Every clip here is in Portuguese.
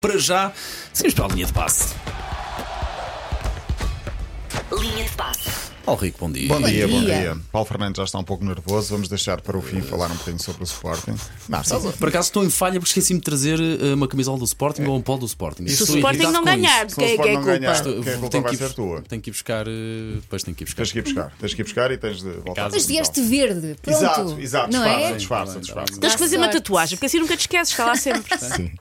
Para já, seguimos para a linha de passe. Linha de passe. Paulo Rico, bom dia. Bom dia, bom dia. dia. Paulo Fernandes já está um pouco nervoso. Vamos deixar para o fim falar um bocadinho sobre o Sporting. Não, sim, sim. Por acaso estou em falha porque esqueci-me de trazer eh, uma camisola do Sporting É. ou um polo do Sporting. Se Se o Estou irritado Sporting não com ganhar, de Se o quem é que é Sporting a não culpa? ganhar, isso. quem é culpa Tenho vai ir- ser tua? Tenho que ir buscar. eh, Depois tenho que ir buscar. Tens que ir buscar, tens que ir buscar e tens de voltar. Casa. para Mas vieste Portugal. verde, pronto. Exato, exato, não disfarça, é? disfarça, Tá bem, tá disfarça. bem. Tens que fazer uma sorte. tatuagem, porque assim nunca te esqueces, está lá sempre. Sim,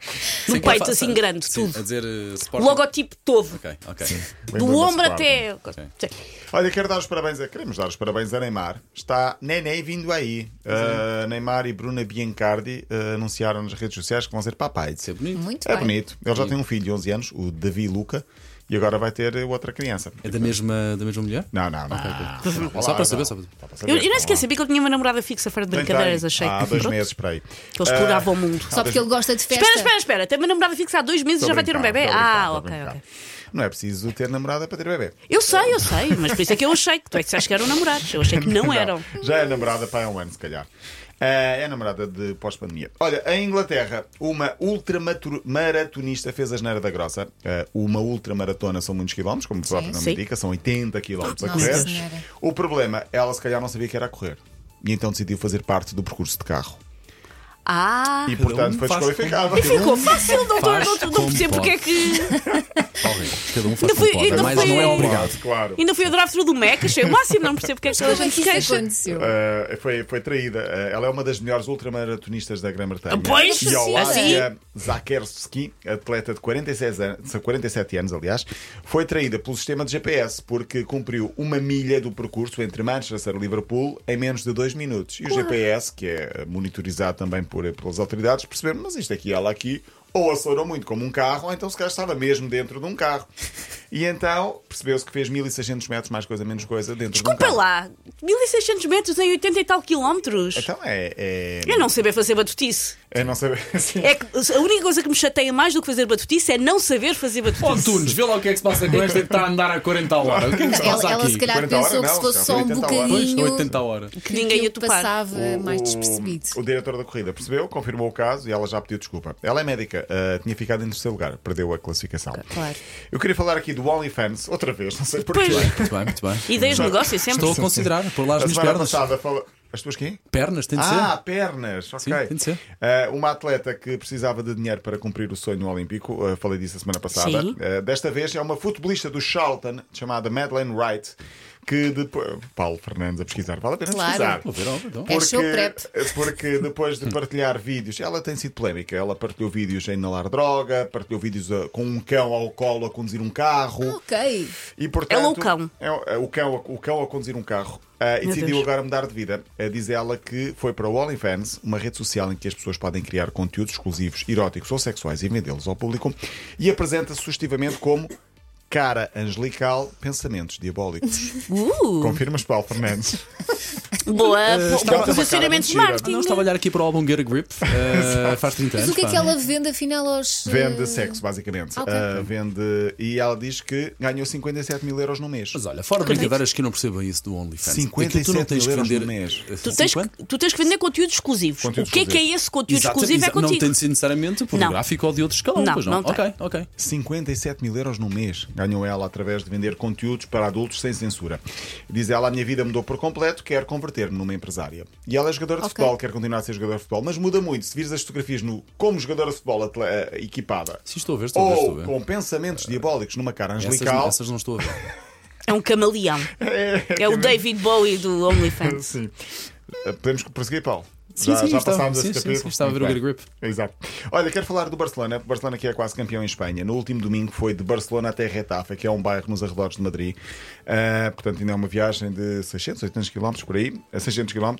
No qual peito, faço? assim grande, Sim, tudo. A dizer eh, Sporting. Logotipo todo. Ok, ok. Bem-vindo Do ao ombro Sporting. até. Sim. Olha, quero dar os parabéns a. Queremos dar os parabéns a Neymar. Está Neném vindo aí. Ah, Neymar e Bruna Biancardi ah, anunciaram nas redes sociais que vão ser papai. Isso é bonito. Muito É bem. bonito. Ele já tem um filho de 11 anos, o Davi Luca, e agora vai ter outra criança. É da mesma, da mesma mulher? Não, não, Tá não. Então, Só para saber, só para saber. para Eu, eu nem sequer sabia que ele tinha uma namorada fixa fora de Tem, brincadeiras, tem. achei. Há que Ah, dois pronto, meses para aí. Ah, que ele explorava o mundo. Só porque ele gosta de festa. Espera, espera, espera. Tem uma namorada fixa há dois meses e Estou já a vai ter um brincar, bebê? estou a brincar, Ah, estou a ok, brincar. ok. Não é preciso ter namorada para ter bebê. Eu sei, eu sei, mas por isso é que eu achei que tu é que disseste que eram namorados. Eu achei que não eram. Já é namorada para há um ano, se calhar. Eh, é namorada de pós-pandemia. Olha, em Inglaterra, uma ultramaratonista fez a geneira da grossa. Eh, uma ultramaratona são muitos quilómetros, como o próprio nome Sim. indica, são 80 quilómetros a Nossa correr. Senhora. O problema, ela se calhar não sabia que era a correr. E então decidiu fazer parte do percurso de carro. Ah. E Cada portanto um foi faz desqualificada. como- Ficou fácil, não estou- Faz não estou- não como percebo porque é pode. que. Paulo Rico, cada um faz Ainda como fui- pode, ainda mas fui- não é obrigado. Claro, claro. Ainda fui a drive-thru do Mac, achei o máximo, não percebo porque é que toda a Como é gente que se isso queixa. aconteceu? Uh, foi, foi traída. Uh, ela é uma das melhores ultramaratonistas da Grã-Bretanha. Ah, pois, e ao lado assim? de Zakerski, atleta de 46 anos, de 47 anos, aliás, foi traída pelo sistema de GPS porque cumpriu uma milha do percurso entre Manchester e Liverpool em menos de dois minutos. E o GPS, que é monitorizado também por, pelas autoridades, perceberam, mas isto aqui, ela aqui. Ou acelerou muito como um carro, ou então se calhar estava mesmo dentro de um carro. E então percebeu-se que fez 1600 metros, mais coisa, menos coisa, dentro de um Desculpa carro. lá, 1600 metros em 80 e tal quilómetros. Então é. é... Eu não saber fazer batutice. É não saber. Sim. É que a única coisa que me chateia mais do que fazer batutice é não saber fazer Ó batutice. Tunes, vê lá o que é que se passa com esta que está a andar a 40 a hora. O que é que se passa Ela, ela aqui? se calhar 40 pensou horas, que não, se fosse já só foi um 80 horas. Pois, bocadinho 80 a hora. que Ninguém aquilo ia topar. passava O- É mais o- despercebido. O, diretor da corrida percebeu, confirmou o caso e ela já pediu desculpa. Ela é médica, ah, tinha ficado em terceiro lugar, perdeu a classificação. Claro. Eu queria falar aqui do OnlyFans, outra vez, não sei porquê. Pois. Muito bem, muito bem. Ideias de negócio é sempre. assim. Estou a considerar pôr lá as A minhas semana pernas. passada fala... As tuas quê? Pernas, tem de ser. Ah, pernas, ok. Sim, tem de ser. Ah, uma atleta que precisava de dinheiro para cumprir o sonho olímpico, ah, falei disso a semana passada. Sim. Ah, desta vez é uma futebolista do Charlton, chamada Madeleine Wright, que depois. Paulo Fernandes a pesquisar, vale a pena Claro. pesquisar. eh, Vou ver, ó, então. É show prep. Porque depois de partilhar vídeos, ela tem sido polémica. Ela partilhou vídeos a inalar droga, partilhou vídeos ah, com um cão ao colo a conduzir um carro. Oh, Ok. E, portanto, Ela ou o cão? É, o- é o cão? a- O cão a conduzir um carro. Ah, e Meu decidiu Deus. agora mudar de vida. Ah, diz ela que foi para o OnlyFans, uma rede social em que as pessoas podem criar conteúdos exclusivos, eróticos ou sexuais e vendê-los ao público. E apresenta-se sugestivamente como cara angelical, pensamentos diabólicos. Uh, Confirmas, Paulo Fernandes? boa, estava- bom posicionamento de Estava- marketing. Ah, Não estava a olhar aqui para o álbum Get a Grip, eh, faz 30 anos. Mas o que é pá. que ela vende afinal aos. Vende eh, sexo, basicamente. Ah, ok. Ah, vende. E ela diz que ganhou 57 mil euros no mês. Mas olha, fora de brincadeiras que eu não percebo isso do OnlyFans. 57 Aquilo tu não tens que mil euros vender. eh, no mês. Tu tens, que- 50? tu tens que vender conteúdos exclusivos. Conteúdos o que é que é exclusivos. esse conteúdo Exato, exclusivo? exato. é Não contigo. tem de ser necessariamente pornográfico ou de outro escalão, Não, pois não. não tem. ok, ok. 57 mil euros no mês ganhou ela através de vender conteúdos para adultos sem censura. Diz ela: A minha vida mudou por completo, quero converter-me numa empresária. E ela é jogadora de Ok. futebol, quer continuar a ser jogadora de futebol, mas muda muito. Se vires as fotografias no, como jogadora de futebol atle- eh, equipada Sim, estou a ver, estou a ver, estou a ou ver. Oh, com pensamentos diabólicos numa cara Essas, angelical. essas não estou a ver. É um camaleão. É o David Bowie do OnlyFans. Sim. Eh, Podemos prosseguir, Paulo? Sim, já sim, já estava- passámos sim, esse sim, capítulo. sim, estava a ver o Muito Good bem. Exato. Olha, quero falar do Barcelona. O Barcelona que é quase campeão em Espanha. No último domingo foi de Barcelona até Retafa, que é um bairro nos arredores de Madrid. Ah, portanto, ainda é uma viagem de 600, 800 km por aí. a 600 km.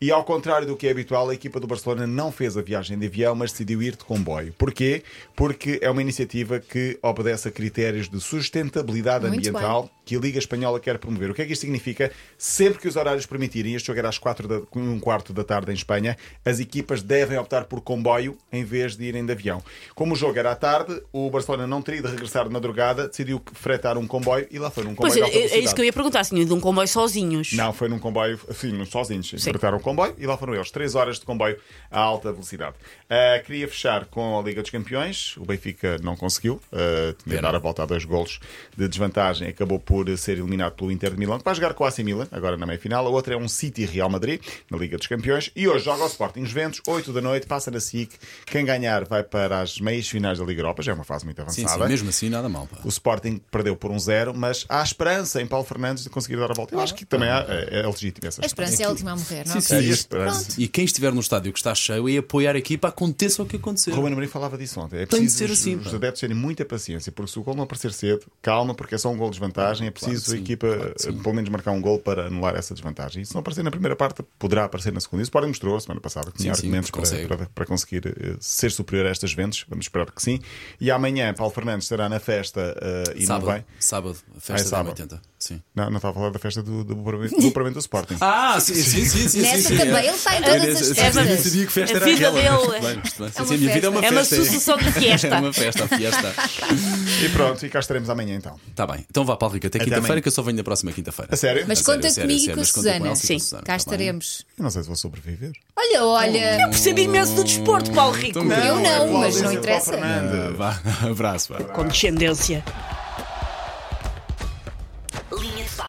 E ao contrário do que é habitual, a equipa do Barcelona não fez a viagem de avião, mas decidiu ir de comboio. Porquê? Porque é uma iniciativa que obedece a critérios de sustentabilidade Muito ambiental que a Liga Espanhola quer promover. O que é que isto significa? Sempre que os horários permitirem, este jogo era às 4 da, 1 quarto da tarde em Espanha, Espanha, as equipas devem optar por comboio em vez de irem de avião. Como o jogo era à tarde, o Barcelona não teria de regressar de madrugada, decidiu fretar um comboio e lá foi num comboio Pois é, de alta é, é isso velocidade. que eu ia perguntar, se tinha ido um comboio sozinhos. Não, foi num comboio, sim, sozinhos. Sim. Interpretaram o comboio e lá foram eles. Três horas de comboio a alta velocidade. Ah, queria fechar com a Liga dos Campeões. O Benfica não conseguiu. ah, tinha de dar a volta a dois golos de desvantagem. Acabou por ser eliminado pelo Inter de Milão, que vai jogar com a AC Milan, agora na meia-final. A outra é um City Real Madrid, na Liga dos Campeões. E hoje joga o Sporting Juventus, 8 da noite, passa na SIC. Quem ganhar vai para as meias finais da Liga Europa. Já é uma fase muito Sim, avançada. sim, mesmo assim, nada mal. Pá. O Sporting perdeu por um zero, mas há esperança em Paulo Fernandes de conseguir dar a volta. Eu acho que também há- é, é legítimo essa A esperança é a última a morrer, não Sim, sim. é? É, e a esperança. E quem estiver no estádio que está cheio é apoiar a equipa, aconteça o que acontecer. Ruben Amorim falava disso ontem. É Tem de preciso ser os- assim, Os pá. adeptos terem muita paciência, porque se o gol não aparecer cedo, calma, porque é só um gol de desvantagem. É preciso sim, a equipa, claro que sim. eh, pelo menos, marcar um gol para anular essa desvantagem. E se não aparecer na primeira parte, poderá aparecer na segunda. E o Sporting mostrou a semana passada que tinha Sim, sim, argumentos para, consegue. para- para conseguir eh, ser superior a estas Juventus. Vamos esperar que sim. E amanhã, Paulo Fernandes estará na festa eh, e não vai. sábado, sábado, a Ah, é festa sábado. da 80. Sim. Não, não estava a falar da festa do, do, do, do, do Sporting. Ah, sim, sim, sim. sim, Nessa sim, sim, também, é. ele está em todas as nessa- festas. Eu sabia que festa A era vida aquela. dele. Muito bem, muito bem. Sim, uma sim, a minha vida é uma festa. É uma festa. sucessão de É fiesta. uma festa, a fiesta. E pronto, e cá estaremos amanhã então. Está bem. Então vá, Paulo Rico, até quinta-feira, amanhã. que eu só venho na próxima quinta-feira. A sério? Mas A sério, conta a sério, comigo a e com sério, a mas conta com Susana. ela e com a Sim, Susana, cá tá bem? estaremos. Eu não sei se vou sobreviver. Olha, olha. Percebi imenso do desporto, Paulo Rico. Então, Eu não, é o mas Alves não e o Paulo interessa. Fernandes. Vá, abraço. Vá. Condescendência.